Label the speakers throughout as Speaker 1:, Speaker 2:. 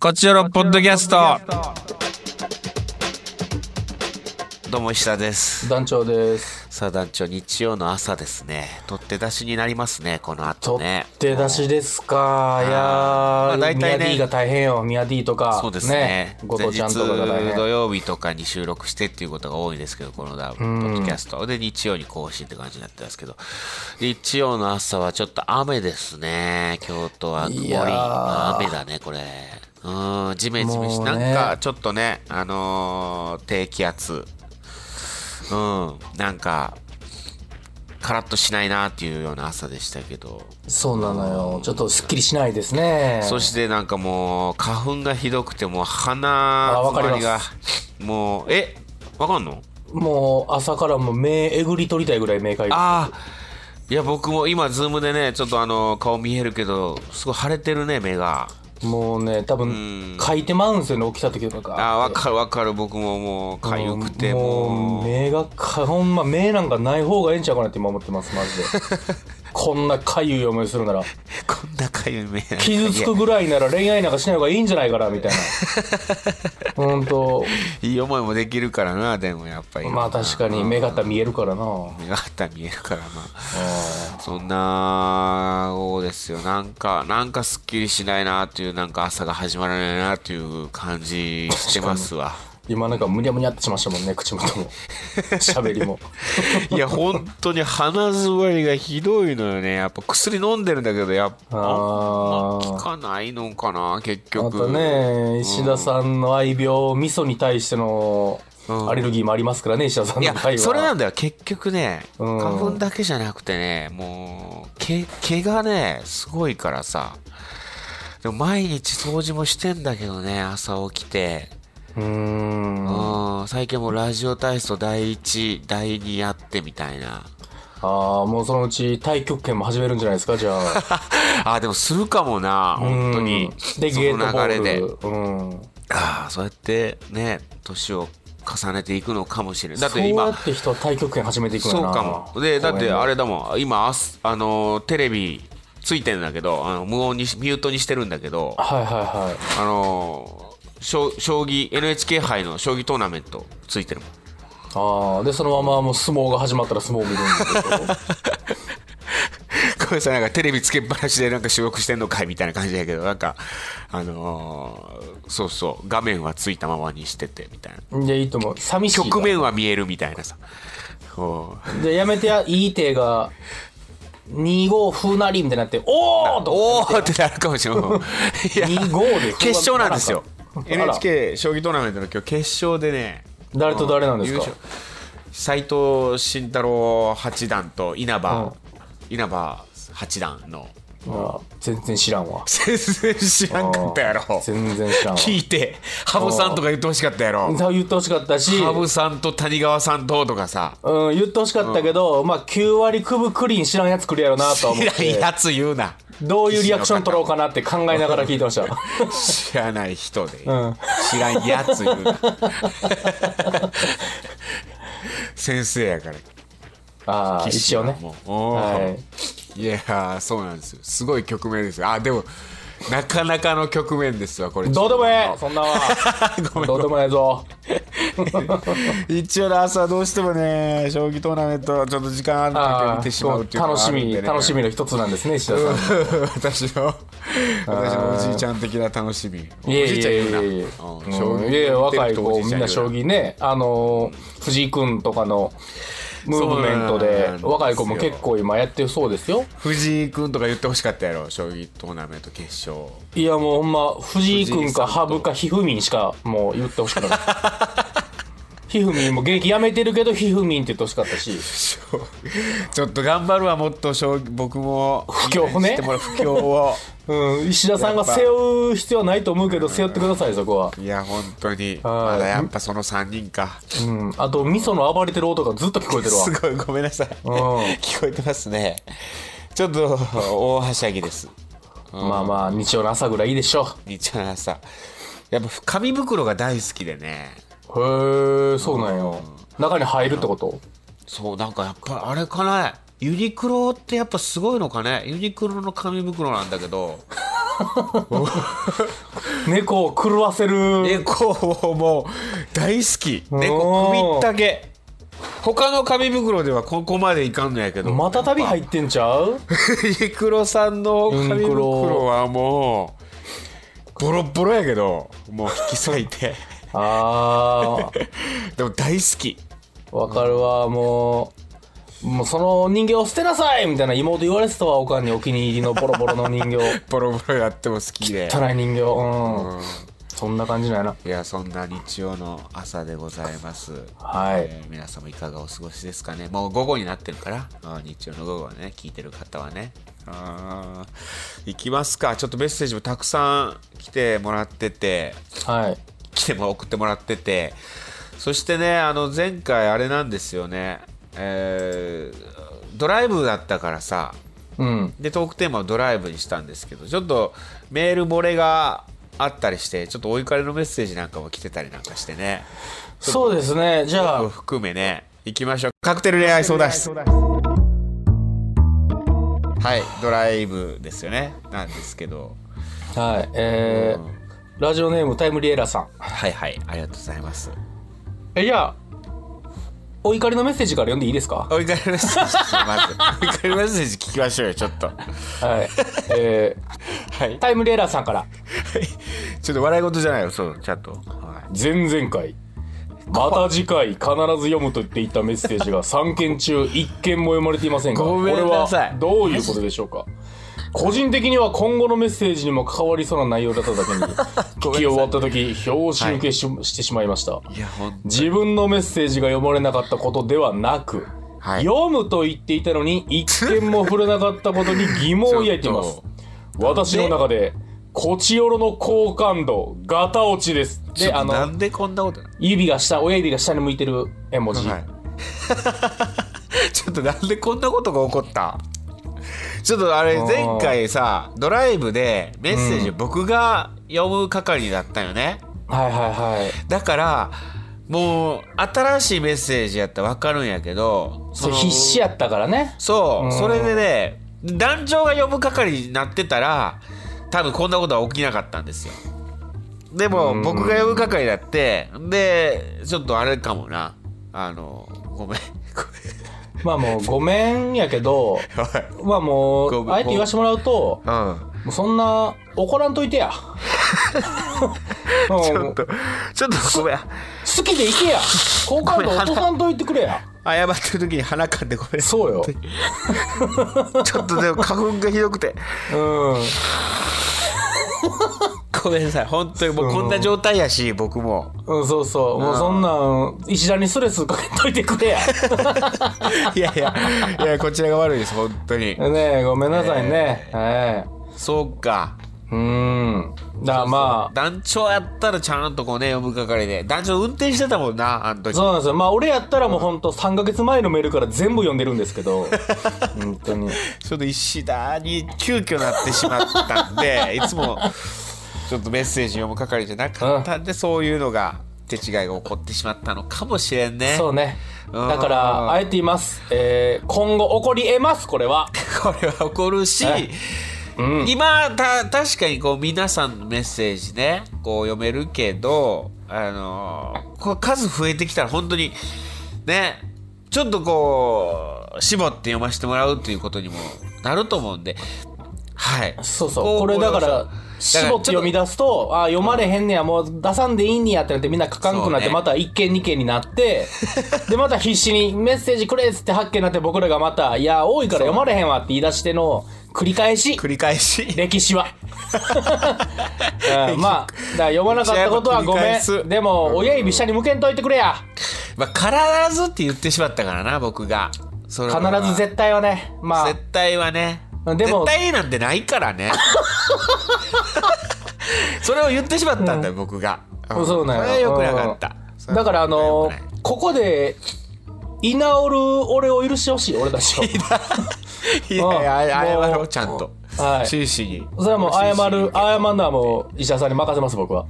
Speaker 1: こちらのポッドキャスト。どうも石田です。
Speaker 2: 団長です。
Speaker 1: さあ団長、日曜の朝ですね。取って出しになりますね、この後
Speaker 2: 取
Speaker 1: ね。
Speaker 2: って出しですか。いや
Speaker 1: まあ
Speaker 2: ー、
Speaker 1: 大
Speaker 2: ミ
Speaker 1: 体
Speaker 2: ヤ
Speaker 1: ね
Speaker 2: D が大変よ。ミヤ D とか、
Speaker 1: そうですね。
Speaker 2: 後藤ちゃんとか
Speaker 1: 前
Speaker 2: が大
Speaker 1: 日土
Speaker 2: 変。
Speaker 1: 曜日とかに収録してっていうことが多いですけど、このダブポッドキャスト。で、日曜に更新って感じになってますけど、日曜の朝はちょっと雨ですね。京都は曇
Speaker 2: い
Speaker 1: り。
Speaker 2: やー
Speaker 1: まあ雨だね、これ。うん、ジメジメし、
Speaker 2: もう
Speaker 1: なん
Speaker 2: ね
Speaker 1: かちょっとね、あのー低気圧。うん、なんか、カラッとしないなっていうような朝でしたけど。
Speaker 2: そうなのよ。ちょっとすっきりしないですね。
Speaker 1: そしてなんかもう花粉がひどくてもう鼻
Speaker 2: あわか
Speaker 1: 詰
Speaker 2: り
Speaker 1: ま
Speaker 2: ま
Speaker 1: り
Speaker 2: す
Speaker 1: がもうえわかんの
Speaker 2: もう朝からもう目えぐり取りたいぐらい目かゆくて
Speaker 1: ああいや僕も今ズームでねちょっとあの顔見えるけどすごい腫れてるね目が
Speaker 2: もうね、多分、書いてまうんですよね、起きた時と
Speaker 1: あ
Speaker 2: か。
Speaker 1: あわかるわかる僕ももうかゆくて
Speaker 2: も
Speaker 1: も
Speaker 2: う
Speaker 1: う
Speaker 2: 目がか、ほんま目なんかない方がええんちゃうかなって今思ってます、マ ジで。こんなかゆい思いするなら。
Speaker 1: こんなかゆい目なんか
Speaker 2: 傷つくぐらいなら恋愛なんかしない方がいいんじゃないかなみたい なほんと
Speaker 1: いやいい思いもできるからなでもやっぱり
Speaker 2: まあ確かに目方見えるからな
Speaker 1: 目があったら見えるからまあそんなそうですよなんかなんかすっきりしないなっていうなんか朝が始まらないなっていう感じしてますわ
Speaker 2: 今なんかむにゃむにゃってしましたもんね 口元も喋りも
Speaker 1: いや本当に鼻づまりがひどいのよねやっぱ薬飲んでるんだけどやっぱ
Speaker 2: あ
Speaker 1: 効
Speaker 2: ー
Speaker 1: かないのかな結
Speaker 2: あ
Speaker 1: 局
Speaker 2: とね石田さんの愛病味噌に対しての
Speaker 1: うん
Speaker 2: アレルギーもありますからね石田さん
Speaker 1: いや
Speaker 2: の場合は
Speaker 1: それなんだよ結局ね
Speaker 2: うん
Speaker 1: 花粉だけじゃなくてねもう毛毛がねすごいからさでも毎日掃除もしてんだけどね朝起きて
Speaker 2: うーんあ
Speaker 1: うん最近もうラジオ体操第一第二やってみたいな
Speaker 2: あもうそのうち太極拳も始めるんじゃないですかじゃあ
Speaker 1: あでもするかもな 本当に
Speaker 2: うんで
Speaker 1: そ
Speaker 2: ゲートボ
Speaker 1: の流れで
Speaker 2: ールうん
Speaker 1: ああそうやってね年を重ねていくのかもしれないだっ
Speaker 2: そう
Speaker 1: て
Speaker 2: や
Speaker 1: 今
Speaker 2: って人は太極拳始めていくん
Speaker 1: そ
Speaker 2: や
Speaker 1: う
Speaker 2: な
Speaker 1: かもでだってあ
Speaker 2: れ
Speaker 1: れだもん今あすあのテレビついてんだけどあの無音にしミュートにしてるんだけど
Speaker 2: はいはいはい
Speaker 1: あの将将棋 NHK 杯の将棋トーナメントついてるもん
Speaker 2: ああでそのままもう相撲が始まったら相撲を見るんだけど
Speaker 1: ごめんなさい、なんかテレビつけっぱなしでなんか収録してんのかいみたいな感じだけど、なんか、あのーそうそう、画面はついたままにしてて、みたいな。
Speaker 2: い やいいと思う寂しい
Speaker 1: 局面は見えるみたいなさ。こう
Speaker 2: でやめてやいい手が2五歩なりみたいになっておおと
Speaker 1: おー ってなるかも しれない。いや
Speaker 2: 2五で
Speaker 1: 決勝なんですよ
Speaker 2: あら。
Speaker 1: NHK 将棋トーナメントの今日決勝でね、
Speaker 2: 誰と誰なんですか
Speaker 1: 斎藤慎太郎八段と稲葉、稲葉八段の、
Speaker 2: あ全然知らんわ
Speaker 1: 全然知らんかったやろ。
Speaker 2: 全然 知らん わ
Speaker 1: 聞いて羽生さんとか言ってほしかったやろ
Speaker 2: 言ってほしかったし、
Speaker 1: 羽生さんと谷川さんととかさ
Speaker 2: うん、言ってほしかったけど、まあ9割くぶクリーン知らんやつ来るやろなとは思っ
Speaker 1: 知らん
Speaker 2: て
Speaker 1: やつ言うな
Speaker 2: どういうリアクション取ろうかなって考えながら聞いて ました
Speaker 1: 知らない人で、
Speaker 2: ん
Speaker 1: 知らんやつ言う な先生やから
Speaker 2: ああ
Speaker 1: 岸
Speaker 2: 一
Speaker 1: は
Speaker 2: 応ね
Speaker 1: もうおー、
Speaker 2: はい
Speaker 1: やーそうなんですよすごい局面ですよあでもなかなかの局面ですわこれ
Speaker 2: どうでもええそんなんは
Speaker 1: ごめん
Speaker 2: どうでもええぞ
Speaker 1: 一応の朝どうしてもね将棋トーナメントちょっと時間あるだけ見てしまうっていうの
Speaker 2: 楽
Speaker 1: があ
Speaker 2: し
Speaker 1: るん
Speaker 2: み、
Speaker 1: でね
Speaker 2: 楽しみの一つなんですね石田さん、
Speaker 1: 私の私のおじいちゃん的な楽しみお
Speaker 2: いえ
Speaker 1: じい
Speaker 2: い
Speaker 1: ちゃん
Speaker 2: え
Speaker 1: 言う
Speaker 2: い
Speaker 1: な
Speaker 2: え
Speaker 1: うん
Speaker 2: いえ
Speaker 1: 将
Speaker 2: うんいえ
Speaker 1: 棋
Speaker 2: 若い子
Speaker 1: おじ
Speaker 2: み
Speaker 1: ちゃ
Speaker 2: ん
Speaker 1: 言う
Speaker 2: な将棋ねあのー藤井君とかのムーブメント
Speaker 1: そう
Speaker 2: で
Speaker 1: なんですよ
Speaker 2: 若い子も結構今やってるそうですよ
Speaker 1: 藤井君とか言ってほしかったやろ将棋トーナメント決勝
Speaker 2: いやもうほんま藤井君か
Speaker 1: 藤井さんと
Speaker 2: 羽生かひふみんしかもう言ってほしくない ひふみんも現役やめてるけどひふみんって言ってほしかったし
Speaker 1: ちょっと頑張るわもっと将棋僕も
Speaker 2: 不況を
Speaker 1: みんなに知
Speaker 2: ね
Speaker 1: ってもらう不況を
Speaker 2: うん石田さんが背負う必要はないと思うけど背負ってくださいそこはい
Speaker 1: や本当に
Speaker 2: はい
Speaker 1: まだやっぱその3人か
Speaker 2: うんあと味噌の暴れてる音がずっと聞こえてるわ
Speaker 1: すごいごめんなさい聞こえてますねちょっと大はしゃぎです
Speaker 2: まあまあ日曜の朝ぐらいいいでしょ
Speaker 1: 日曜の朝やっぱ紙袋が大好きでね
Speaker 2: うへえそうなんよ中に入るってこと
Speaker 1: そうなんかやっぱあれかなユニクロってやっぱすごいのかねユニクロの紙袋なんだけど
Speaker 2: 猫を狂わせ る
Speaker 1: 猫をもう大好き 猫首ったけ他の紙袋ではここまでいかんのやけど
Speaker 2: また旅入ってんちゃう
Speaker 1: ユニクロさんの紙袋はもうボロッボロやけどもう引き裂い て
Speaker 2: あ
Speaker 1: でも大好き
Speaker 2: あわかるわもうもうその人形を捨てなさいみたいな妹言われてたわおかんにお気に入りのボロボロの人 形
Speaker 1: ボロボロやっても好きで
Speaker 2: 汚い人形うん、そんな感じなんやない
Speaker 1: やそんな日曜の朝でございます
Speaker 2: はい
Speaker 1: えー皆様いかがお過ごしですかねもう午後になってるからあー日曜の午後はね聞いてる方はねあーいきますかちょっとメッセージもたくさん来てもらってて
Speaker 2: はい
Speaker 1: 来ても送ってもらっててそしてねあの前回あれなんですよね、えードライブだったからさ
Speaker 2: うん
Speaker 1: でトークテーマをドライブにしたんですけどちょっとメール漏れがあったりしてちょっとお怒りのメッセージなんかも来てたりなんかしてね
Speaker 2: そうですねじゃあ
Speaker 1: 含めね行きましょうカクテル恋愛相談室はいドライブですよねなんですけど
Speaker 2: はいえーラジオネームタイムリエラさん
Speaker 1: はいはいありがとうございます
Speaker 2: えじゃあお怒りのメッセージから読んでいいですか
Speaker 1: お怒りのメッセージまずお怒りのメッセージ聞きましょうよちょっと
Speaker 2: はい、え
Speaker 1: はい
Speaker 2: ー、タイムリエラーさんから
Speaker 1: ちょっと笑い事じゃないよそうちゃんと、は
Speaker 2: 前々回また次回必ず読むと言っていたメッセージが3件中1件も読まれていませんが
Speaker 1: ごめんなさい
Speaker 2: これはどういうことでしょうか個人的には今後のメッセージにも関わりそうな内容だっただけに
Speaker 1: ご
Speaker 2: 聞
Speaker 1: めんなさい
Speaker 2: き終わった時表紙受けし,、してしまいました
Speaker 1: い、いやほん
Speaker 2: 自分のメッセージが読まれなかったことではなく、
Speaker 1: はい
Speaker 2: 読むと言っていたのに一件も触れなかったことに疑問を抱いていま
Speaker 1: ちょ
Speaker 2: す私の中でこちよろの好感度ガタ落ちです
Speaker 1: ちょっ
Speaker 2: で
Speaker 1: と
Speaker 2: あ
Speaker 1: な
Speaker 2: の
Speaker 1: んでこんなことな
Speaker 2: 指が下親指が下に向いてる絵文字、
Speaker 1: の、い、 ちょっとなんでこんなことが起こったちょっとあれ
Speaker 2: ー
Speaker 1: 前回さドライブでメッセージ僕が読む係だったよね、
Speaker 2: はいはいはい
Speaker 1: だからもう新しいメッセージやったら分かるんやけど
Speaker 2: そ
Speaker 1: そ
Speaker 2: れ
Speaker 1: の
Speaker 2: 必死やったからね
Speaker 1: そう、
Speaker 2: うん
Speaker 1: それでね団長が読む係になってたら多分こんなことは起きなかったんですよでも
Speaker 2: うん
Speaker 1: 僕が読む係だってでちょっとあれかもなあのごめんご
Speaker 2: まあも うごめんやけどまあも
Speaker 1: ごめ
Speaker 2: うんあえて言わしてもらうと
Speaker 1: めんうん
Speaker 2: もうそんな怒らんとい てや
Speaker 1: ち
Speaker 2: ち
Speaker 1: ょっとちょっとごめん
Speaker 2: 好きでいけや好感度落とさんといてくれや
Speaker 1: 謝ってる時に鼻かんでごめん
Speaker 2: そうよ
Speaker 1: ちょっとでも花粉がひどくて
Speaker 2: うん
Speaker 1: ごめんなさい本当にもうこんな状態やし僕も
Speaker 2: うん、そうそう。もうそんなん、石田にストレスかけといてくれ や。
Speaker 1: いやいやいやこちらが悪いです本当に
Speaker 2: ねえ、ごめんなさいね。え
Speaker 1: そうか
Speaker 2: えうん。だからまあ、
Speaker 1: 団長やったらちゃんとこうね読む係で団長運転してたもんなあの時
Speaker 2: そうなんですよ。まあ俺やったらもうほんと3ヶ月前のメールから全部読んでるんですけ ど、本当に。
Speaker 1: ちょっと石田に急遽なってしまったん でいつもちょっとメッセージ読む係じゃなかったんで、そういうのが手違いが起こってしまったのかもしれんね
Speaker 2: そうね。
Speaker 1: うん
Speaker 2: だから、あえて言います。えー今後起こり得ます、これは。
Speaker 1: これは起こるし、今た確かにこう皆さんのメッセージねこう読めるけどあのこう数増えてきたら本当にねちょっとこう絞って読ませてもらうということにもなると思うんではい
Speaker 2: そうそう。
Speaker 1: こう
Speaker 2: これだ
Speaker 1: こ
Speaker 2: か
Speaker 1: う
Speaker 2: ら、絞って読み出すと、ああ、読まれへんねや、もう出さんでいいんやってなって、みんな書かんくなっ
Speaker 1: そう
Speaker 2: て、
Speaker 1: ね
Speaker 2: また1件2件になって、 で、また必死にメッセージくれっつって8件になって、僕らがまた、いや、多いから読まれへんわって言い出しての繰り返し、
Speaker 1: 繰り返し
Speaker 2: 歴史は。 う んまあ、だから読まなかったことはご
Speaker 1: じゃあや
Speaker 2: め
Speaker 1: っぱ繰り返
Speaker 2: ん。
Speaker 1: す
Speaker 2: でも、親指下に向けんといてくれや。
Speaker 1: まあ必ずって言ってしまったからな僕がそれ
Speaker 2: 必
Speaker 1: は
Speaker 2: ず絶対はね、まあ
Speaker 1: 絶、対はね
Speaker 2: でも
Speaker 1: 絶対なんてないから ねそれを言ってしまったんだよ、僕が、
Speaker 2: うんそうなん
Speaker 1: そ
Speaker 2: や
Speaker 1: れは良くなかったそれは
Speaker 2: だからあの
Speaker 1: 良くない
Speaker 2: ここで居直る俺を許してほしい俺た ちを
Speaker 1: いやいや
Speaker 2: うん
Speaker 1: 謝ろ
Speaker 2: も
Speaker 1: う
Speaker 2: う
Speaker 1: ちゃんと、
Speaker 2: はい
Speaker 1: 真摯に
Speaker 2: それはもう謝る
Speaker 1: 真摯に
Speaker 2: 謝るのはもう石田さんに任せます 僕は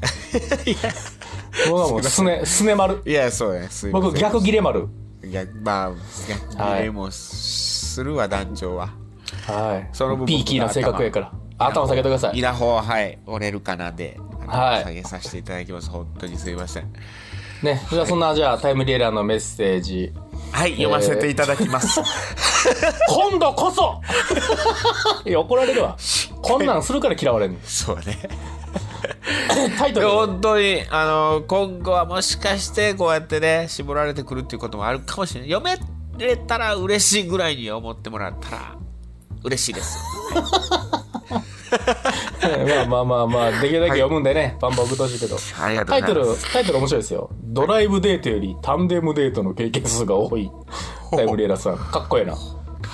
Speaker 2: 僕はもうすねすね丸
Speaker 1: いやそうねすいません
Speaker 2: 僕逆切れ丸
Speaker 1: 逆まあ逆
Speaker 2: はい
Speaker 1: でもするわ団長は
Speaker 2: はい
Speaker 1: その分
Speaker 2: ピーキーな性格やから
Speaker 1: 僕
Speaker 2: 頭下げてください
Speaker 1: 稲穂ははい折れるかなで、あの
Speaker 2: はい
Speaker 1: 下げさせていただきます本当にすいません
Speaker 2: ねじゃあそんな、じゃあタイムリーエラーのメッセージ
Speaker 1: はい読ませていただき ます、
Speaker 2: 今度こそ いや怒られるわこんなんするから嫌われんの
Speaker 1: そうね
Speaker 2: タイト
Speaker 1: で
Speaker 2: ル
Speaker 1: 本当にあの今後はもしかしてこうやってね絞られてくるっていうこともあるかもしれない読めれたら嬉しいぐらいに思ってもらったら嬉しいです
Speaker 2: まあまあまあまあできるだけ読むんでね、バンバン送ってほしいけど
Speaker 1: ありがと
Speaker 2: タ
Speaker 1: う
Speaker 2: イ
Speaker 1: ご
Speaker 2: ト
Speaker 1: ざい
Speaker 2: ル
Speaker 1: ます
Speaker 2: タイトル面白いですよドライブデートよりタンデムデートの経験数が多いタイムリーエラーさんかっこええな
Speaker 1: は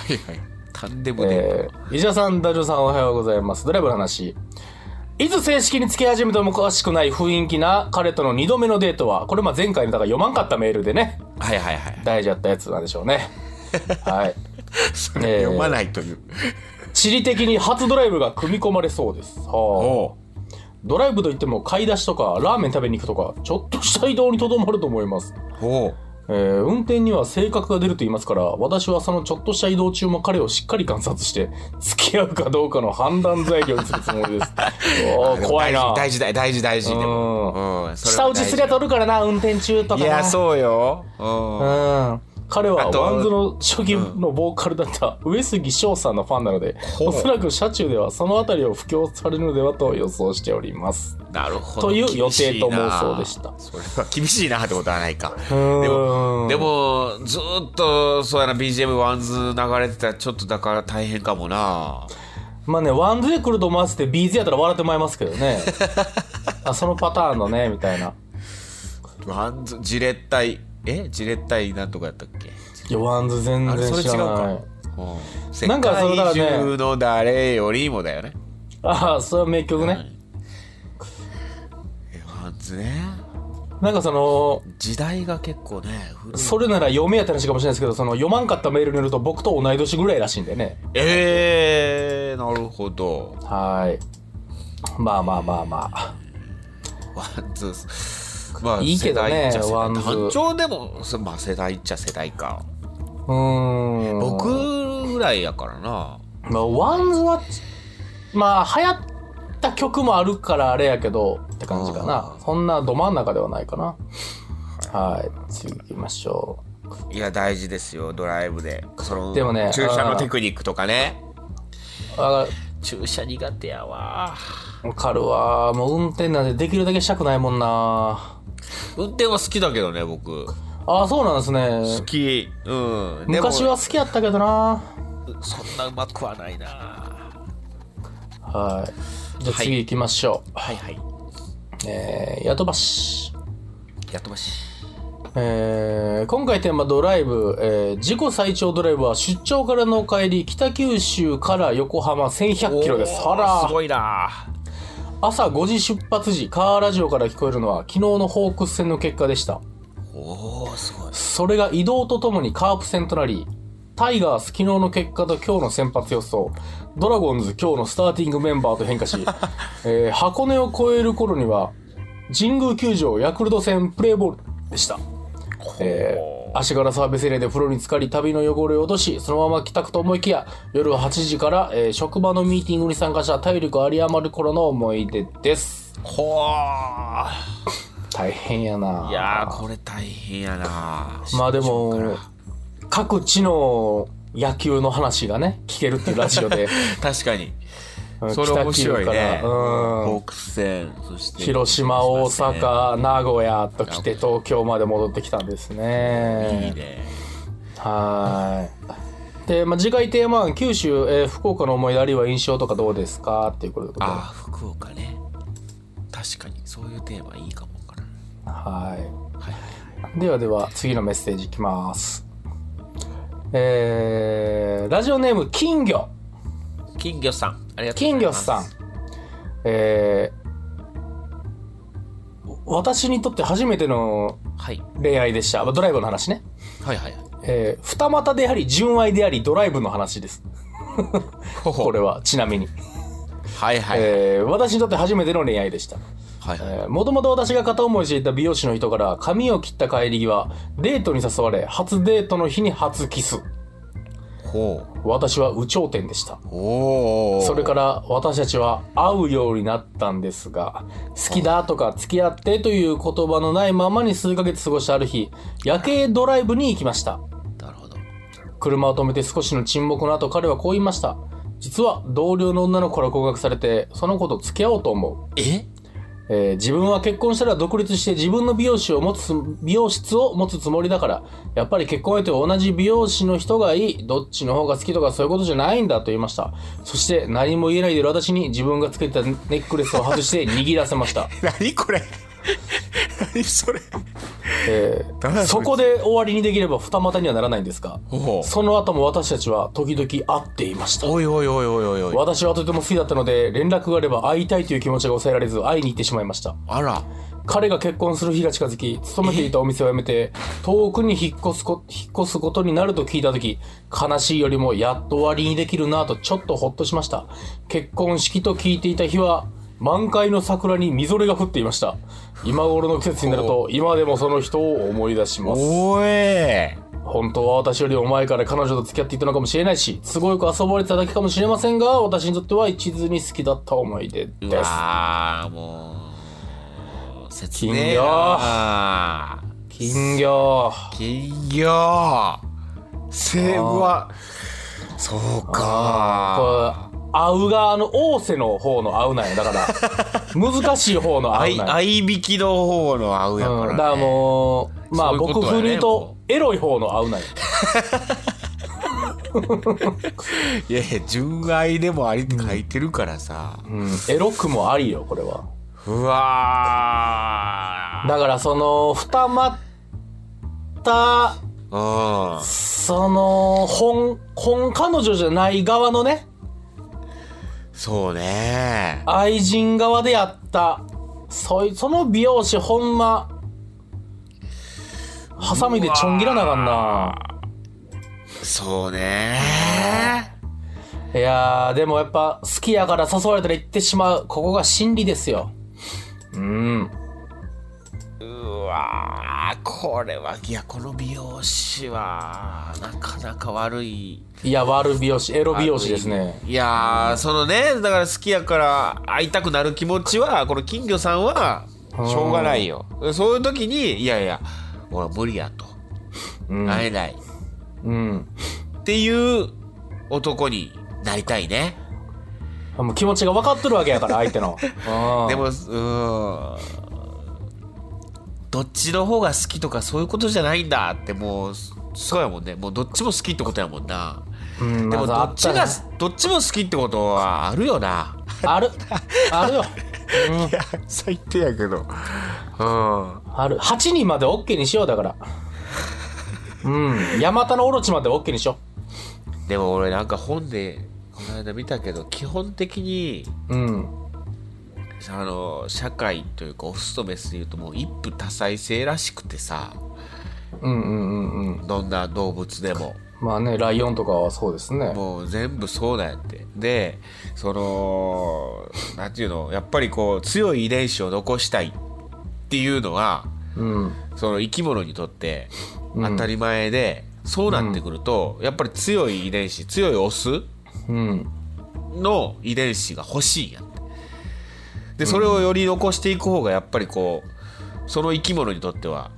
Speaker 1: いはいタンデムで、
Speaker 2: えー、石田さん、ダジョさんおはようございます。ドライブの話。いつ正式に付き始めてもおかしくない雰囲気な彼との2度目のデートは、これまあ前回のだから読まんかったメールでね、
Speaker 1: はいはいはい
Speaker 2: 大事やったやつなんでしょ うね。はい。
Speaker 1: それ読まないという、
Speaker 2: 地理的に初ドライブが組み込まれそうです。はあ、
Speaker 1: おう
Speaker 2: ドライブといっても買い出しとかラーメン食べに行くとか、ちょっとした移動にとどまると思います。
Speaker 1: おう
Speaker 2: えー運転には性格が出ると言いますから、私はそのちょっとした移動中も彼をしっかり観察して、付き合うかどうかの判断材料にするつも りです。おー怖いな。
Speaker 1: 大事大事大事大事でも、うん、それ
Speaker 2: 下
Speaker 1: は大
Speaker 2: 打
Speaker 1: 事
Speaker 2: ちすりゃ取るからな、運転中と
Speaker 1: い
Speaker 2: かな。
Speaker 1: やそうよ、う、
Speaker 2: うんん。彼は
Speaker 1: あと
Speaker 2: ワンズの初期のボーカルだった上杉翔さんのファンなので、
Speaker 1: う
Speaker 2: おそらく車中ではそのあたりを布教されるのではと予想しております。
Speaker 1: なるほど
Speaker 2: という
Speaker 1: 厳
Speaker 2: 予
Speaker 1: し
Speaker 2: 定
Speaker 1: い
Speaker 2: と
Speaker 1: な
Speaker 2: 妄想でした。
Speaker 1: それは厳しいなってことはないか
Speaker 2: うん
Speaker 1: でもでもずーっとそうやな BGM ワンズ流れてたらちょっとだから大変かもな
Speaker 2: まあね、ワンズで来ると思わせて、ビーズやったら笑ってまいりますけどね。 あ、そのパターンのね、みたいな。
Speaker 1: ワンズジレッタイえジレッタイなんとかやったっけ
Speaker 2: いや、ワンズ全
Speaker 1: あれそ
Speaker 2: 然
Speaker 1: れ
Speaker 2: 知
Speaker 1: 違う
Speaker 2: らな
Speaker 1: か
Speaker 2: い。
Speaker 1: うん世
Speaker 2: なんかそれだ
Speaker 1: 界
Speaker 2: からね
Speaker 1: 中の誰よりもだよね
Speaker 2: ああ、それは名曲ね。
Speaker 1: えワンズね
Speaker 2: なんかその、
Speaker 1: 時代が結構ね古い
Speaker 2: それなら読めやった話かもしれないですけど、その読まんかったメールによると僕と同い年ぐらいらしいんでね。
Speaker 1: えー、なるほど
Speaker 2: はい。まあまあまあまあ。
Speaker 1: ワンズまあ
Speaker 2: いいけどね
Speaker 1: 世代っちゃ世代
Speaker 2: ワンズ
Speaker 1: 単調でもそまあ世代っちゃ世代か
Speaker 2: うーん。
Speaker 1: 僕ぐらいやからな
Speaker 2: まあ、ワンズは、まあ、流行った曲もあるからあれやけど、って感じかな。そんなど真ん中ではないかな。はい。次行きましょう。
Speaker 1: いや大事ですよドライブでその
Speaker 2: でもね
Speaker 1: 駐車
Speaker 2: あ
Speaker 1: の
Speaker 2: ー
Speaker 1: テクニックとかね
Speaker 2: わ
Speaker 1: 駐車苦手やわ
Speaker 2: かるわ。もう運転なんてできるだけしたくないもんな。
Speaker 1: 運転は好きだけどね僕好
Speaker 2: ああ、そうなんですね。
Speaker 1: きうんでも
Speaker 2: 昔は好きやったけどな。
Speaker 1: そんなうまくはないな
Speaker 2: はい。じゃあ次行きましょう。
Speaker 1: はいはい
Speaker 2: えー、ヤトバシ。
Speaker 1: やっとまし
Speaker 2: えー、今回テーマドライブ、えー、自己最長ドライブは出張からの帰り、北九州から横浜1100キロです。あら
Speaker 1: すごいな
Speaker 2: 朝5時出発時、カーラジオから聞こえるのは昨日のホークス戦の結果でした。
Speaker 1: おおすごい
Speaker 2: それが移動とともにカープ戦となり、タイガース昨日の結果と今日の先発予想、ドラゴンズ今日のスターティングメンバーと変 化し、えー箱根を越える頃には、神宮球場ヤクルト戦プレーボールでした。えー足柄サービスエリアで風呂に浸かり旅の汚れを落としそのまま帰宅と思いきや夜8時から、えー職場のミーティングに参加した体力有り余る頃の思い出です
Speaker 1: ほー
Speaker 2: 大変やないい
Speaker 1: やーこれ大変やな
Speaker 2: まあで
Speaker 1: 出張
Speaker 2: も
Speaker 1: か
Speaker 2: 各地の野球の話がね聞けるっていうラジオで
Speaker 1: ら確かに
Speaker 2: う ん
Speaker 1: それ面白いね
Speaker 2: 北九州からうん
Speaker 1: ホークス戦そして
Speaker 2: 広島大
Speaker 1: ね
Speaker 2: 阪名古屋と来て東京まで戻ってきたんですね
Speaker 1: いいね
Speaker 2: はい。で、まあ、次回テーマは九州、えー福岡の思い出あるいは印象とかどうですかっていうことで。は
Speaker 1: ああ福岡ね確かにそういうテーマいいかもわからんは
Speaker 2: い。
Speaker 1: い
Speaker 2: ではでは、次のメッセージいきます。えー、ラジオネーム、金魚。
Speaker 1: 金魚さんありがとう
Speaker 2: 金
Speaker 1: ござい
Speaker 2: 魚
Speaker 1: ます
Speaker 2: さん。えー、私にとって初めての
Speaker 1: はい、
Speaker 2: 恋愛でした。まあドライブの話ね。
Speaker 1: はいはいはい
Speaker 2: えー、二股であり、純愛であり、ドライブの話です。こ
Speaker 1: こ
Speaker 2: れは、ちなみに。
Speaker 1: はいはい、
Speaker 2: えー、私にとって初めての恋愛でした。
Speaker 1: はいはい
Speaker 2: もともと私が片思いしていた美容師の人から髪を切った帰り際、デートに誘われ、初デートの日に初キス。
Speaker 1: ほ
Speaker 2: 私は有頂天でした。
Speaker 1: うおお
Speaker 2: それから私たちは会うようになったんですが、好きだとか付き合ってという言葉のないままに数ヶ月過ごしたある日、夜景ドライブに行きました。
Speaker 1: なるほど
Speaker 2: 車を止めて少しの沈黙の後彼はこう言いました。実は同僚の女の子から告白されて、その子と付き合おうと思う。
Speaker 1: え
Speaker 2: えー自分は結婚したら独立して自分の美容師を持つ、美容室を持つつもりだから、やっぱり結婚相手は同じ美容師の人がいい、どっちの方が好きとかそういうことじゃないんだと言いました。そして何も言えないでいる私に自分がつけてたネックレスを 外して握らせました。
Speaker 1: 何これ何それ
Speaker 2: え
Speaker 1: 誰だ
Speaker 2: ー、そこで終わりにできれば二股にはならないんですが、
Speaker 1: ほう
Speaker 2: その後も私たちは時々会っていました。
Speaker 1: おいおいおいおいおいおい
Speaker 2: 私はとても好きだったので、連絡があれば会いたいという気持ちが抑えられず会いに行ってしまいました。
Speaker 1: あら
Speaker 2: 彼が結婚する日が近づき、勤めていたお店を辞めて、遠くに引っ越すこ、引っ越すことになると聞いたとき、悲しいよりもやっと終わりにできるなぁとちょっとほっとしました。結婚式と聞いていた日は、満開の桜にみぞれが降っていました。今頃の季節になると、今でもその人を思い出します。
Speaker 1: おえ
Speaker 2: 本当は私よりも前から彼女と付き合っていたのかもしれないし、都合よく遊ばれてただけかもしれませんが、私にとっては一途に好きだった思い出
Speaker 1: う
Speaker 2: です。
Speaker 1: わーもう切
Speaker 2: 金
Speaker 1: ねえ
Speaker 2: 魚
Speaker 1: な
Speaker 2: 金魚。
Speaker 1: 金魚セーブはそうか
Speaker 2: これ、合うが、あの、大瀬の方の合うなんや。だから、難しい方の
Speaker 1: あ
Speaker 2: 合う
Speaker 1: い
Speaker 2: なんや。
Speaker 1: 合いびきの方の合うやか
Speaker 2: うん、
Speaker 1: ら、
Speaker 2: だ
Speaker 1: ね
Speaker 2: からもう、まあ、
Speaker 1: そういうこと
Speaker 2: 僕
Speaker 1: やね
Speaker 2: 風に言うと
Speaker 1: も、
Speaker 2: エロい方の合うなんや。
Speaker 1: いやいや純愛でもありって書いてるからさ、
Speaker 2: うん、エロくもありよ、これは。
Speaker 1: うわ
Speaker 2: だから、その、二股、
Speaker 1: ーうん
Speaker 2: その、本、本彼女じゃない側のね、
Speaker 1: そうね
Speaker 2: 愛人側でやった、そい、その美容師、ほんま、ハサミでちょん切らなあかんな。
Speaker 1: そうね
Speaker 2: いやー、でもやっぱ好きやから誘われたら行ってしまう。ここが真理ですよ。うん。
Speaker 1: うわーこれはいやこの美容師はなかなか悪い
Speaker 2: いや、悪美容師、エロ美容師ですね。
Speaker 1: いやーそのねだから好きやから会いたくなる気持ちはこの金魚さんはしょうがないよそういう時にいやいや俺は無理やと
Speaker 2: うん。
Speaker 1: 会えない、
Speaker 2: うん。
Speaker 1: っていう男になりたいね。
Speaker 2: もう気持ちが分かっとるわけやから、相手の。う ん。
Speaker 1: でも、うーん。どっちの方が好きとかそういうことじゃないんだってもう、そうやもんね。もうどっちも好きってことやもんな。
Speaker 2: うん、
Speaker 1: でもど
Speaker 2: ま
Speaker 1: っち
Speaker 2: ずあ
Speaker 1: が
Speaker 2: たね、
Speaker 1: どっちも好きってことはあるよな。
Speaker 2: ある。あるよ。
Speaker 1: いや、最低やけど。うん。
Speaker 2: ある。8人まで OK にしよう、だから。うん。ヤマタのオロチまで OK にしよ
Speaker 1: でも俺なんか本で、この間見たけど、基本的に、
Speaker 2: う。うん。
Speaker 1: あの、社会というかオスとメスで言うともう一夫多妻制らしくてさ、
Speaker 2: うんうんうんうん。
Speaker 1: どんな動物でも。
Speaker 2: まあね、ライオンとかはそうですね。
Speaker 1: もう全部そうだやってでそのなんていうのやっぱりこう強い遺伝子を残したいっていうのは
Speaker 2: うん。
Speaker 1: その生き物にとって
Speaker 2: うん
Speaker 1: 当たり前で、そうなってくると、やっぱり強い遺伝子強いオス
Speaker 2: うん。
Speaker 1: の遺伝子が欲しいんやってでそれをより残していく方がやっぱりこうその生き物にとっては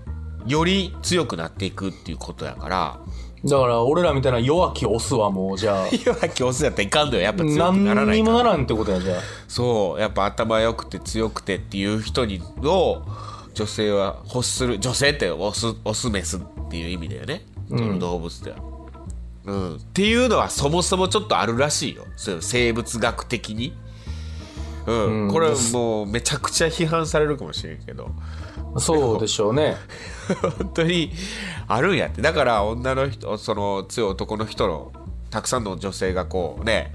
Speaker 1: より強くなっていくっていうことやから
Speaker 2: だから、俺らみたいな弱きオスはもう、じゃあ。
Speaker 1: 弱きオスやったらいかんのよやっぱ 強くなら
Speaker 2: 何
Speaker 1: ない
Speaker 2: に
Speaker 1: から
Speaker 2: もならんってことやじゃあ
Speaker 1: そうやっぱ頭良くて強くてっていう人にを女性は欲する女性ってオスオスメスっていう意味だよね、その動物では、うん、っていうのはそもそもちょっとあるらしいよそういう生物学的に、うんこれはもうめちゃくちゃ批判されるかもしれんけど
Speaker 2: そうでしょうね
Speaker 1: 本当にあるんやってだから女の人その強い男の人のたくさんの女性がこうね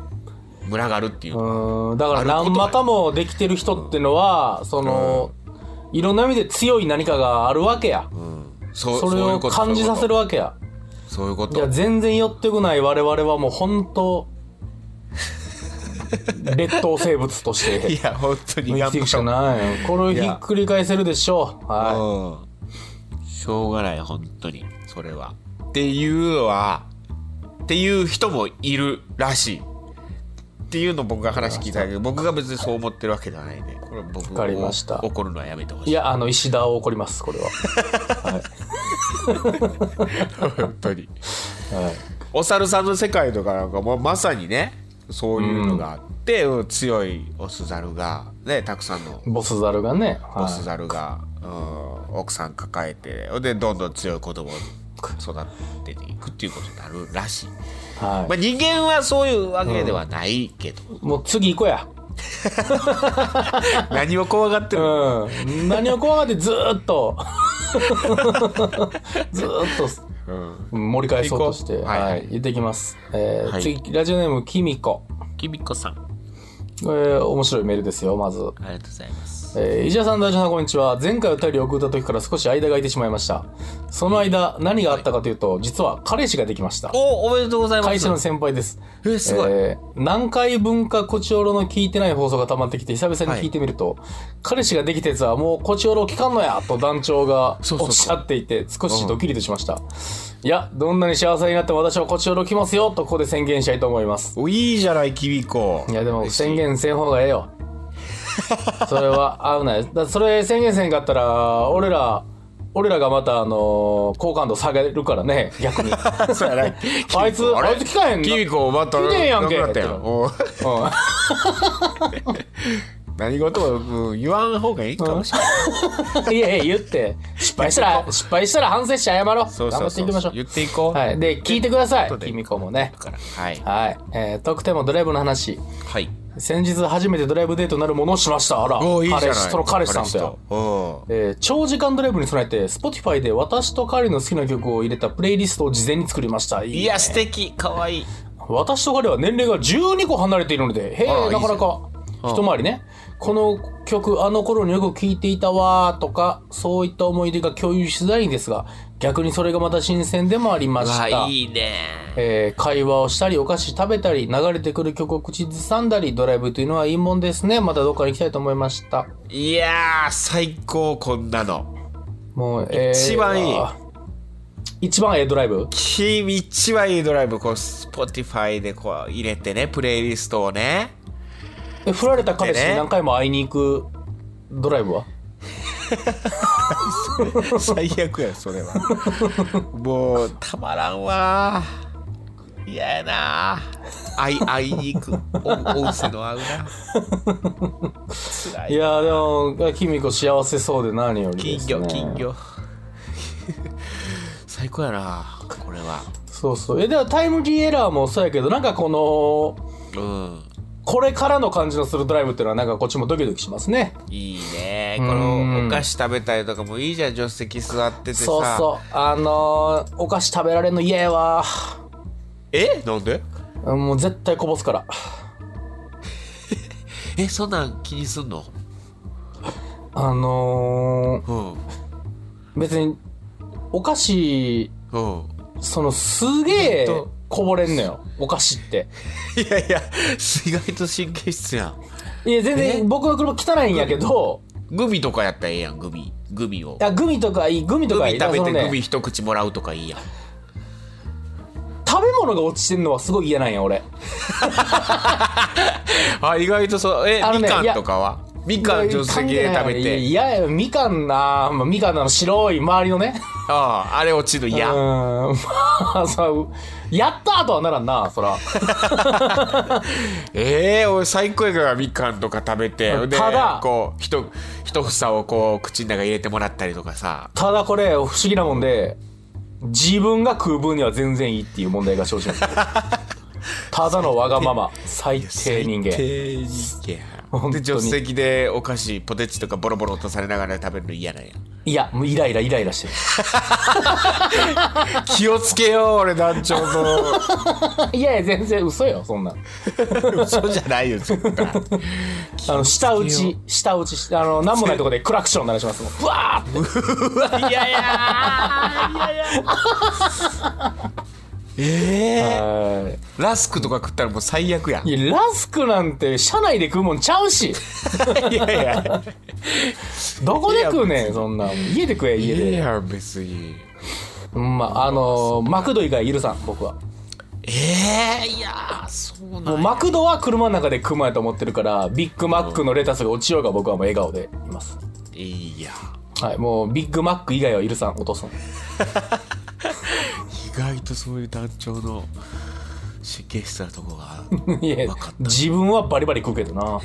Speaker 1: 群がるっていう
Speaker 2: う
Speaker 1: のは
Speaker 2: ーんだから何股もできてる人ってのはそのいろんな意味で強い何かがあるわけや
Speaker 1: そう
Speaker 2: それ
Speaker 1: そうい
Speaker 2: を
Speaker 1: うこと
Speaker 2: 感じさせるわけや
Speaker 1: そういうこと
Speaker 2: いや全然寄ってこない我々はもう本当劣等生物として
Speaker 1: いや、本当に
Speaker 2: 生
Speaker 1: 頑
Speaker 2: きていくしか
Speaker 1: 張っ
Speaker 2: ないこれを
Speaker 1: いや
Speaker 2: ひっくり返せるでしょう
Speaker 1: た。
Speaker 2: は
Speaker 1: うん。しょうがない、本当に。それは。っていうのは、っていう人もいるらしい。っていうのを僕が話聞いたけど、僕が別にそう思ってるわけじゃないね。これ僕
Speaker 2: わかりました
Speaker 1: 怒るのはやめてほし
Speaker 2: い
Speaker 1: い。
Speaker 2: や、あの、石田を怒ります、これは。
Speaker 1: 本当に。
Speaker 2: はい。
Speaker 1: お猿さんの世界とかなんかもうまさにね、そういうのがあって、うん強いオス猿が、ね、たくさんの
Speaker 2: ボスザルがね、はい
Speaker 1: オス猿が、うん、奥さん抱えて、で、どんどん強い子供を育てていくっていうことになるらしい。
Speaker 2: は
Speaker 1: ま
Speaker 2: い
Speaker 1: あ、人間はそういうわけではないけ ど、
Speaker 2: もう次行こうや。
Speaker 1: 何を怖がってる
Speaker 2: うん。何を怖がってずーっ と、ずー
Speaker 1: う
Speaker 2: っ
Speaker 1: ん
Speaker 2: と盛り返そうとして、
Speaker 1: 行こうはい
Speaker 2: はい、言ってきます。えー
Speaker 1: はい
Speaker 2: 次、ラジオネーム、きみこ。
Speaker 1: きびこさん
Speaker 2: えー面白いメールですよ、まず。
Speaker 1: ありがとうございます
Speaker 2: えー、石田さん、大丈夫さん、こんにちは。前回お便りを送った時から少し間が空いてしまいました。その間、何があったかというと、実は彼氏ができました。
Speaker 1: おおめでとうございま
Speaker 2: 会
Speaker 1: す
Speaker 2: 社の先輩です。
Speaker 1: えすごい、
Speaker 2: えー南海文化コチオロの聞いてない放送が溜まってきて久々に聞いてみると、彼氏ができたやつはもうコチオロ聞かんのやと団長が
Speaker 1: そうそうそう
Speaker 2: おっしゃっていて少しドキリとしました。いや、どんなに幸せになっても私はコチオロ来ますよとここで宣言したいと思いま す。
Speaker 1: おいいじゃないきびこ
Speaker 2: いや、でも宣言せん方がええよ。それは危ない。だそれ宣言せんかったら、俺ら、俺らがまた、あのー好感度下げるからね、逆に。
Speaker 1: そうや な
Speaker 2: あいつ、あいつ聞かへんの
Speaker 1: きびこまた
Speaker 2: 聞いてんやんけ
Speaker 1: なくなっ たやんおう
Speaker 2: うん
Speaker 1: 何事も、うん言わん方がいいかもしれない、
Speaker 2: いやいや、言って。失敗したら、失敗したら反省して謝ろ
Speaker 1: そ
Speaker 2: う。
Speaker 1: うそうそう
Speaker 2: 頑張っていきましょ
Speaker 1: 言っていこう
Speaker 2: う。はい。で、聞いてください
Speaker 1: というこ。とで
Speaker 2: 君子もね。
Speaker 1: からはい
Speaker 2: はい。えー、トークテーマドライブの話。
Speaker 1: はい
Speaker 2: 先日初めてドライブデートになるものをしました。あら。
Speaker 1: おおいいじゃない
Speaker 2: 彼氏、その彼氏さんとよ。
Speaker 1: おう
Speaker 2: えー長時間ドライブに備えて、Spotify で私と彼の好きな曲を入れたプレイリストを事前に作りました。いいね
Speaker 1: いや素敵かわいい
Speaker 2: 私と彼は年齢が12個離れているので、へ
Speaker 1: あ
Speaker 2: え、
Speaker 1: あ
Speaker 2: なかなか、一回りね。この曲、あの頃によく聴いていたわーとか、そういった思い出が共有しづらいんですが、逆にそれがまた新鮮でもありま
Speaker 1: う
Speaker 2: し
Speaker 1: わ
Speaker 2: た。
Speaker 1: いいね
Speaker 2: えー会話をしたり、お菓子食べたり、流れてくる曲を口ずさんだり、ドライブというのはいいもんですね。またどっかに行きたいと思いました。
Speaker 1: いやー最高こんなの
Speaker 2: もう、えー
Speaker 1: 一番いい
Speaker 2: あー一番ええドライブ
Speaker 1: 君一番いいドライブこう Spotify でこう入れてねプレイリストを ね
Speaker 2: え振られた彼氏
Speaker 1: でね
Speaker 2: に何回も会いに行くドライブは
Speaker 1: 最悪やそれ はもうたまらんわ嫌やな会い会いに行くおおうせの会うなつら
Speaker 2: い
Speaker 1: い
Speaker 2: やーでも、キミコ幸せそうで何よりで
Speaker 1: 金
Speaker 2: す、ね。
Speaker 1: 魚金。魚 最高やなこれは
Speaker 2: そうそう。え、ではタイムリーエラーもそうやけど、なんかこの、
Speaker 1: うん
Speaker 2: これからの感じのするドライブっていうのはなんかこっちもドキドキしますね。
Speaker 1: いいねこ
Speaker 2: う
Speaker 1: の
Speaker 2: ん
Speaker 1: お菓子食べたりとかもいいじゃん助手席座っててさ
Speaker 2: そうそう。あのー、お菓子食べられるの嫌やわ。
Speaker 1: えなんで
Speaker 2: もう絶対こぼすから。
Speaker 1: えそんなん気にすんの
Speaker 2: あの
Speaker 1: うんうん
Speaker 2: ー、別に、お菓子、そのすげえ
Speaker 1: と
Speaker 2: こぼれんのよ。お菓子って。
Speaker 1: いやいや意外と神経質やん
Speaker 2: いや、全
Speaker 1: え
Speaker 2: 然僕の車汚いんやけど、
Speaker 1: グミとかやったらええやんグミグミを
Speaker 2: いや、グミとかいい、グミと
Speaker 1: グ
Speaker 2: か
Speaker 1: ミ
Speaker 2: いい。
Speaker 1: 食べ
Speaker 2: だからそ
Speaker 1: て
Speaker 2: のね
Speaker 1: グミ一口もらうとかいいやん
Speaker 2: 食べ物が落ちてんのはすごい嫌なんや俺
Speaker 1: あ意外とそうえ
Speaker 2: あの
Speaker 1: み
Speaker 2: ね
Speaker 1: か
Speaker 2: い
Speaker 1: ん
Speaker 2: や
Speaker 1: とかはみかん助手席で食べて
Speaker 2: いやいやみかんなまあみかんなの白い周りのね
Speaker 1: あああれ落ちる
Speaker 2: う
Speaker 1: や
Speaker 2: ーん まあさやったーとはならんなそら
Speaker 1: ええ俺最高やからみかんとか食べてで
Speaker 2: ただ
Speaker 1: こうひと一房をこう口の中に入れてもらったりとかさ
Speaker 2: ただこれ不思議なもんで自分が食う分には全然いいっていう問題が生 じますただのわがまま最低人間
Speaker 1: 低人
Speaker 2: 本
Speaker 1: 間で
Speaker 2: 当に
Speaker 1: 助手席でお菓子ポテチとかボロボロ落とされながら食べるの嫌 なんや
Speaker 2: いやもうイライライライラして
Speaker 1: 気をつけよう俺団長 の
Speaker 2: る いやいや全然嘘よそんなん
Speaker 1: 嘘じゃないよ絶対
Speaker 2: あの舌打ち舌打ちしてあの何もないとこでクラクション鳴らしますもんブワーって
Speaker 1: いやいやええ
Speaker 2: はい
Speaker 1: ラスクとか食ったらもう最悪やん。い
Speaker 2: いや、ラスクなんて、車内で食うもんちゃうし。
Speaker 1: やいや。
Speaker 2: どこで食うねん、そんなん。家で食え、家
Speaker 1: い
Speaker 2: で。
Speaker 1: や、別に。
Speaker 2: うん、まあ、あのーマクド以外許さん、僕は。
Speaker 1: ええいやーそうなんや
Speaker 2: もうマクドは車の中で熊やと思ってるから、ビッグマックのレタスが落ちようが僕はもう笑顔でいます。
Speaker 1: いや
Speaker 2: はい、もうビッグマック以外は許さん、お父さん。
Speaker 1: 意外とそういう団長の神経質なとこ が
Speaker 2: いや
Speaker 1: わかっ、た
Speaker 2: 自分はバリバリ食うけどな。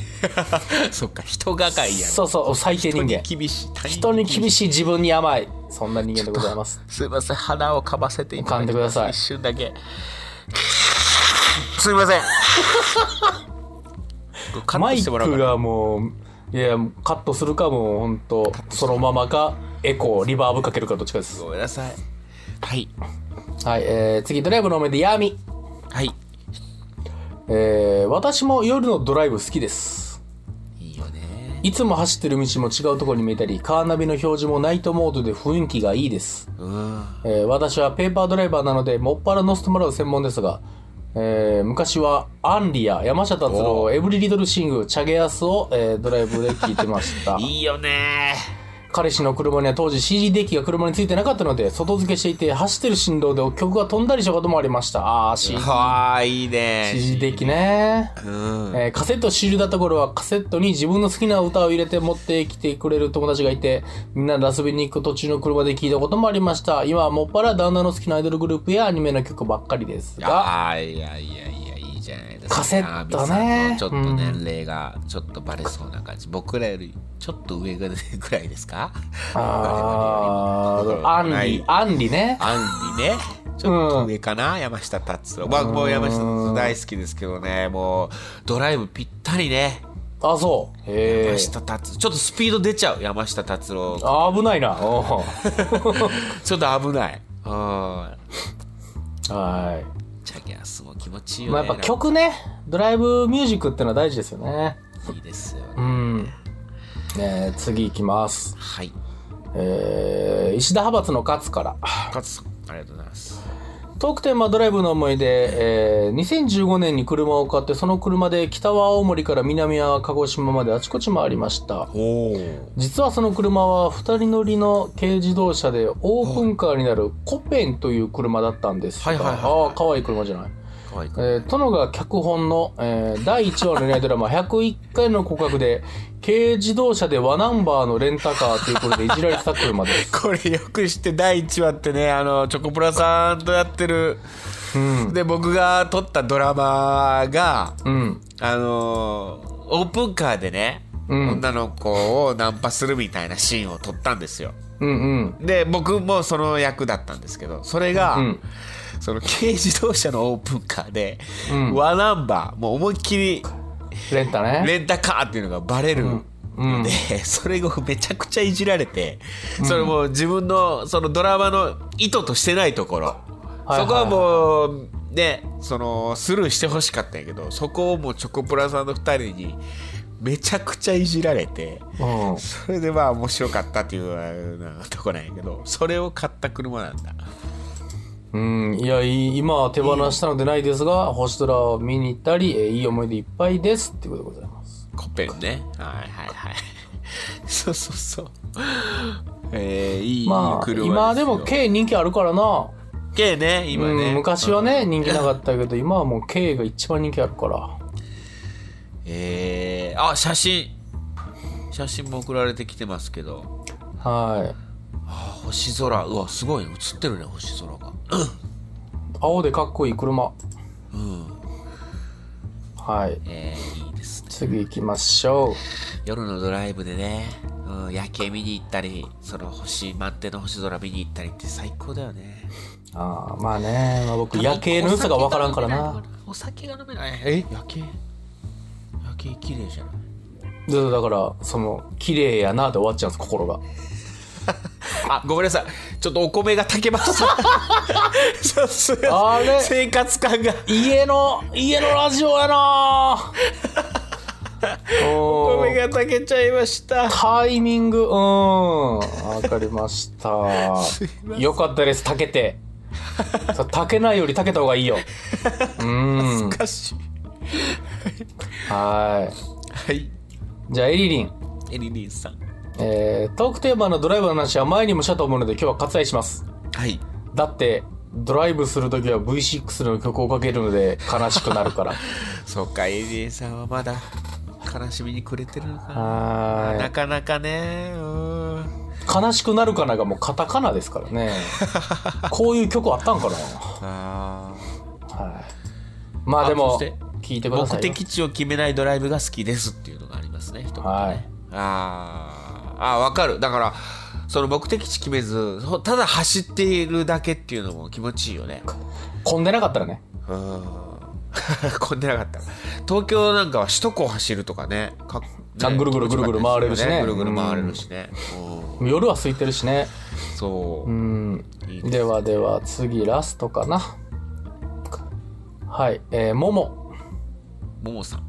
Speaker 1: そっか人がかいや
Speaker 2: そうそう、最低人間。
Speaker 1: 厳しい
Speaker 2: 人に厳
Speaker 1: い
Speaker 2: しい自分に甘い。そんな人間でございます。
Speaker 1: すいません鼻をかませていただき
Speaker 2: 噛んでください
Speaker 1: 一瞬だけすいませんカッ
Speaker 2: マ
Speaker 1: ト
Speaker 2: イ
Speaker 1: してもらおう
Speaker 2: ク
Speaker 1: かな
Speaker 2: がもう、いや、カットするかもうほんと、そのままか、エコー、リバーブかけるかどっちかです。
Speaker 1: ごめんなさいはい
Speaker 2: はい、えー、次、ドライブの思い出、闇。
Speaker 1: はい
Speaker 2: えー、私も夜のドライブ好きです。
Speaker 1: いいよね
Speaker 2: いつも走ってる道も違うとこに見えたり、カーナビの表示もナイトモードで雰囲気がいいです。
Speaker 1: うん
Speaker 2: えー私はペーパードライバーなので、もっぱら乗せてもらう専門ですが、えー昔はアンリや山下達郎、エブリリトルシング、チャゲアスを、えードライブで聴いて ました。
Speaker 1: いいよね
Speaker 2: 彼氏の車には当時 CD デッキが車についてなかったので、外付けしていて、走ってる振動で曲が飛んだりしたこともありました。あー、CD
Speaker 1: はーいいいね
Speaker 2: CD デッキね。
Speaker 1: うん
Speaker 2: えーカセット主流だった頃はカセットに自分の好きな歌を入れて持ってきてくれる友達がいてみんなで遊びに行く途中の車で聞いたこともありました今はもっぱら旦那の好きなアイドルグループやアニメの曲ばっかりですが
Speaker 1: ああいやいやいやいいじゃないですか
Speaker 2: カセットね
Speaker 1: アーミーさんのちょっと年齢がちょっとバレそうな感じ、僕らよりちょっと上ぐらいです か
Speaker 2: あーアンリアンリね
Speaker 1: アンリねちょっと上かな、山下達郎僕も山下達郎大好きですけどねもうドライブぴったりね
Speaker 2: あそうへえ
Speaker 1: 山下達郎ちょっとスピード出ちゃう山下達郎
Speaker 2: 危ないなおう
Speaker 1: ちょっと危ないうん
Speaker 2: は
Speaker 1: チャギアスも気持ちいい
Speaker 2: い、
Speaker 1: よ
Speaker 2: まあ、
Speaker 1: ね、
Speaker 2: やっぱ曲ねドライブミュージックってのは大事ですよね
Speaker 1: なんかいいですよね、
Speaker 2: うんえー次いきます、
Speaker 1: はい
Speaker 2: えー石田派閥の勝から
Speaker 1: 勝さんありがとうございます
Speaker 2: トークテーマドライブの思い出、えー2015年に車を買って、その車で北は青森から南は鹿児島まであちこち回りました。
Speaker 1: おお
Speaker 2: 実はその車は2人乗りの軽自動車でオープンカーになるコペンという車だったんです
Speaker 1: は
Speaker 2: が、
Speaker 1: いはいはい
Speaker 2: ああ、可愛い車じゃない。
Speaker 1: かわいい
Speaker 2: えー殿が脚本の、えー第1話の恋愛ドラマ101回の告白で、軽自動車でワナンバーのレンタカーということでいじられてた車です。
Speaker 1: これよく知って第1話ってねあのチョコプラさんとやってる、で僕が撮ったドラマが
Speaker 2: うん。
Speaker 1: あのーオープンカーでね、
Speaker 2: ん
Speaker 1: 女の子をナンパするみたいなシーンを撮ったんですよ
Speaker 2: うんうん。
Speaker 1: で僕もその役だったんですけどそれが、
Speaker 2: うん
Speaker 1: その軽自動車のオープンカーで、
Speaker 2: ん
Speaker 1: ワナンバーもう思いっきり
Speaker 2: レンタね。
Speaker 1: レンタカーっていうのがバレるので、
Speaker 2: うんうん
Speaker 1: それをめちゃくちゃいじられて、それも自分のそのドラマの意図としてないところ、
Speaker 2: はいはい
Speaker 1: そこはもうねそのスルーしてほしかったんやけどそこをもうチョコプラさんの2人にめちゃくちゃいじられて。
Speaker 2: うん。
Speaker 1: それでまあ面白かったっていうようなとこなんやけどそれを買った車なんだ
Speaker 2: うん、いや、いい今は手放したのでないですが、星空を見に行ったり、えーいい思い出いっぱいです。ってことでございます。
Speaker 1: コペンねはいはいはい そうそうそうえー、いい車
Speaker 2: まあ、
Speaker 1: ですよ
Speaker 2: 今でも K 人気あるからな。
Speaker 1: K ね今ね、
Speaker 2: うん、昔はね、人気なかったけど、今はもう K が一番人気あるから。
Speaker 1: えー、あ写真写真も送られてきてますけど
Speaker 2: はい。
Speaker 1: あ星空うわすごいね映ってるね星空が
Speaker 2: 青でかっこいい車。はい。
Speaker 1: えー、いいですね
Speaker 2: 次行きましょ
Speaker 1: 夜のドライブでね、うん、夜景見に行ったりその星満天の星空見に行ったりって最高だよね
Speaker 2: う。ああ、まあね、まあ、僕、夜景の良さがわからんからな。
Speaker 1: お酒が飲めないえ夜景夜景綺麗じゃない
Speaker 2: だだから、その、綺麗やなって終わっちゃうんです、心が。
Speaker 1: あごめんなさいちょっとお米が炊けました さ
Speaker 2: あれ
Speaker 1: 生活感が
Speaker 2: 家の家のラジオやな
Speaker 1: お
Speaker 2: お
Speaker 1: 米
Speaker 2: ー
Speaker 1: が炊けちゃいました
Speaker 2: タイミングうんわかりました
Speaker 1: すいません
Speaker 2: よかったです炊けてそう炊けないより炊けた方がいいようん
Speaker 1: おかしい
Speaker 2: は
Speaker 1: は
Speaker 2: い
Speaker 1: い
Speaker 2: じゃあエリリン、
Speaker 1: エリリンさん
Speaker 2: えー、トークテーマのドライバーの話は前にもしたと思うので今日は割愛します
Speaker 1: はい
Speaker 2: だってドライブするときは V6 の曲をかけるので悲しくな るから。
Speaker 1: そっか AD さんはまだ悲しみに暮れてるのかな
Speaker 2: はー。
Speaker 1: ないかなかねうーん
Speaker 2: 悲しくなるかながもうカタカナですからね。こういう曲あったんかな
Speaker 1: あ
Speaker 2: はい。まあ
Speaker 1: あ
Speaker 2: で
Speaker 1: そ
Speaker 2: も
Speaker 1: して、
Speaker 2: 聞いて
Speaker 1: ー
Speaker 2: くださ
Speaker 1: 目
Speaker 2: いよ。
Speaker 1: 的地を決めないドライブが好きですっていうのがありますね一言ね
Speaker 2: はい。
Speaker 1: あーあ分かるだからその目的地決めずほただ走っているだけっていうのも気持ちいいよね
Speaker 2: 混んでなかったらね。
Speaker 1: うん 混んでなかった東京なんかは首都高走るとかねかっ
Speaker 2: あ
Speaker 1: ね
Speaker 2: ぐるぐるぐるぐる回れるしね
Speaker 1: ぐるぐる回れるしねうん
Speaker 2: 夜は空いてるしね。。
Speaker 1: そううんいいね
Speaker 2: ではでは次ラストかな。はい。えー、もも。
Speaker 1: ももさん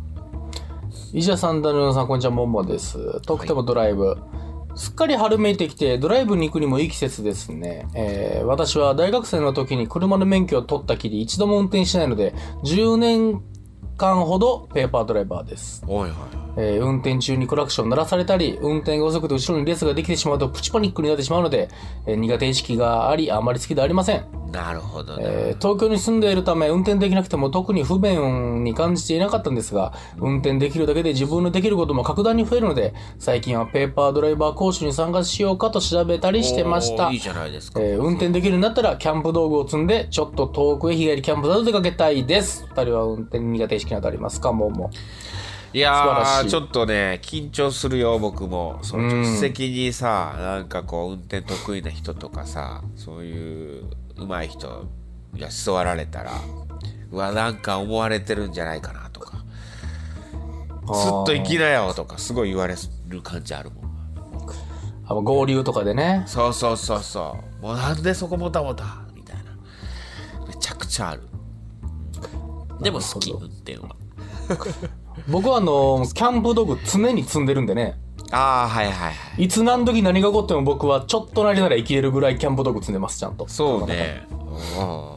Speaker 2: 石田さん、ダルノさん、こんにちは、ももです。とくてもドライブ。すっかり春めいてきて、ドライブに行くにもいい季節ですね。えー私は大学生の時に車の免許を取ったきり、一度も運転しないので、10年間ほどペーパードライバーです。
Speaker 1: おいは
Speaker 2: えー運転中にクラクション鳴らされたり、運転が遅くて後ろに列ができてしまうとプチパニックになってしまうので、えー苦手意識があり、あまり好きではありません。
Speaker 1: いなるほどね
Speaker 2: えー東京に住んでいるため運転できなくても特に不便に感じていなかったんですが運転できるだけで自分のできることも格段に増えるので最近はペーパードライバー講習に参加しようかと調べたりしてまし
Speaker 1: お
Speaker 2: た
Speaker 1: ーいいじゃないですか
Speaker 2: えー運転できるようになったらキャンプ道具を積んでちょっと遠くへ日帰りキャンプなど出かけたいです二人は運転苦手意識などありますかもうも
Speaker 1: いや
Speaker 2: 素晴らし
Speaker 1: ー
Speaker 2: い
Speaker 1: ちょっとね緊張するよ僕もその助手席にさなんかこう運転得意な人とかさそういう上手い人が座られたらうわなんか思われてるんじゃないかなとか「すっと行きなよ」とかすごい言われる感じあるもん
Speaker 2: あの合流とかでね
Speaker 1: そうそうそうそうもうなんでそこもたもたみたいなめちゃくちゃあるでも好き
Speaker 2: なる
Speaker 1: 運転は
Speaker 2: 僕はあのキャンプ道具常に積んでるんでね
Speaker 1: ああはいはいはい
Speaker 2: いつ何時何が起こっても僕はちょっとなりなら生きれるぐらいキャンプ道具積んでますちゃんと
Speaker 1: そう ねうん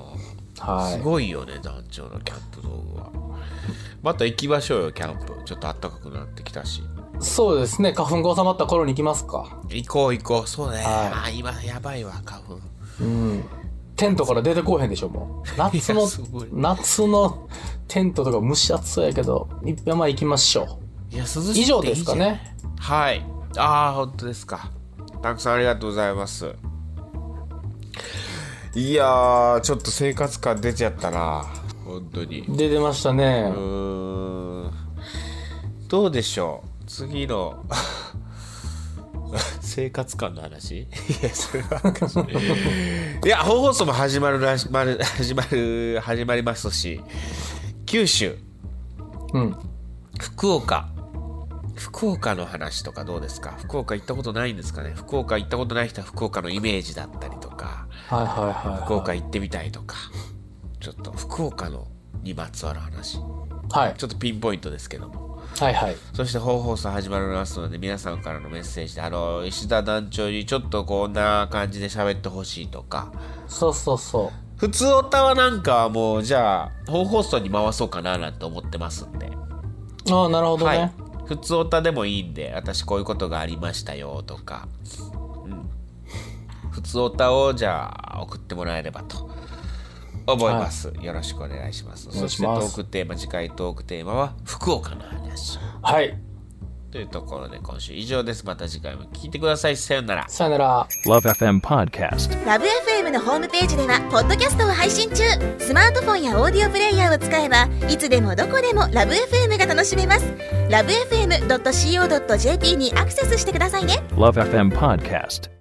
Speaker 2: はい
Speaker 1: すごいよね団長のキャンプ道具はまた行きましょうよキャンプちょっと暖かくなってきたし
Speaker 2: そうですね花粉が収まった頃に行きますか
Speaker 1: 行こう行こうそうね、あ
Speaker 2: は
Speaker 1: あ今やばいわ花粉
Speaker 2: テントから出てこうへんでしょもう夏
Speaker 1: い
Speaker 2: の
Speaker 1: やすごい
Speaker 2: 夏のテントとか蒸し暑そうやけどいっぺんまあ行きましょ
Speaker 1: いや涼しく
Speaker 2: う
Speaker 1: てい
Speaker 2: 以
Speaker 1: いじゃ
Speaker 2: 上
Speaker 1: ん
Speaker 2: ですかね
Speaker 1: はいああ本当ですかたくさんありがとうございますいやーちょっと生活感出ちゃったな本当に
Speaker 2: 出てましたね
Speaker 1: うーんどうでしょう次の 生活感の話いやそれはおかしいいや本放送も始まるらしまる始まる始まりますし九州
Speaker 2: うん
Speaker 1: 福岡福岡の話とかどうですか福岡行ったことないんですかね福岡行ったことない人は福岡のイメージだったりとか
Speaker 2: はいはいはい
Speaker 1: 福岡行ってみたいとかちょっと福岡のにまつわる話
Speaker 2: はい
Speaker 1: ちょっとピンポイントですけども
Speaker 2: はいはい
Speaker 1: そして本放送始まりますので皆さんからのメッセージであの石田団長にちょっとこんな感じで喋ってほしいとか
Speaker 2: そうそうそ
Speaker 1: 普通オタはなんかはもうじゃあ本放送に回そうかななんて思ってますんで、
Speaker 2: うああなるほど
Speaker 1: は
Speaker 2: ね、
Speaker 1: い普通オタでもいいんで私こういうことがありましたよとか、うん、普通オタをじゃあ送ってもらえればと思います、よろしくお願いします
Speaker 2: 願
Speaker 1: そ
Speaker 2: い
Speaker 1: し
Speaker 2: して
Speaker 1: ト
Speaker 2: ます
Speaker 1: ークテーマ次回トークテーマは福岡の話
Speaker 2: はい、
Speaker 1: というところで今週以上です。また次回も聞いてください。さようなら。
Speaker 2: さよなら
Speaker 3: Love FM Podcast.
Speaker 4: ラブ f m のホームページではポッドキャストを配信中スマートフォンやオーディオプレイヤーを使えばいつでもどこでもラブ f m が楽しめますラブ FM.co.jp にアクセスしてくださいね
Speaker 3: Love FM Podcast.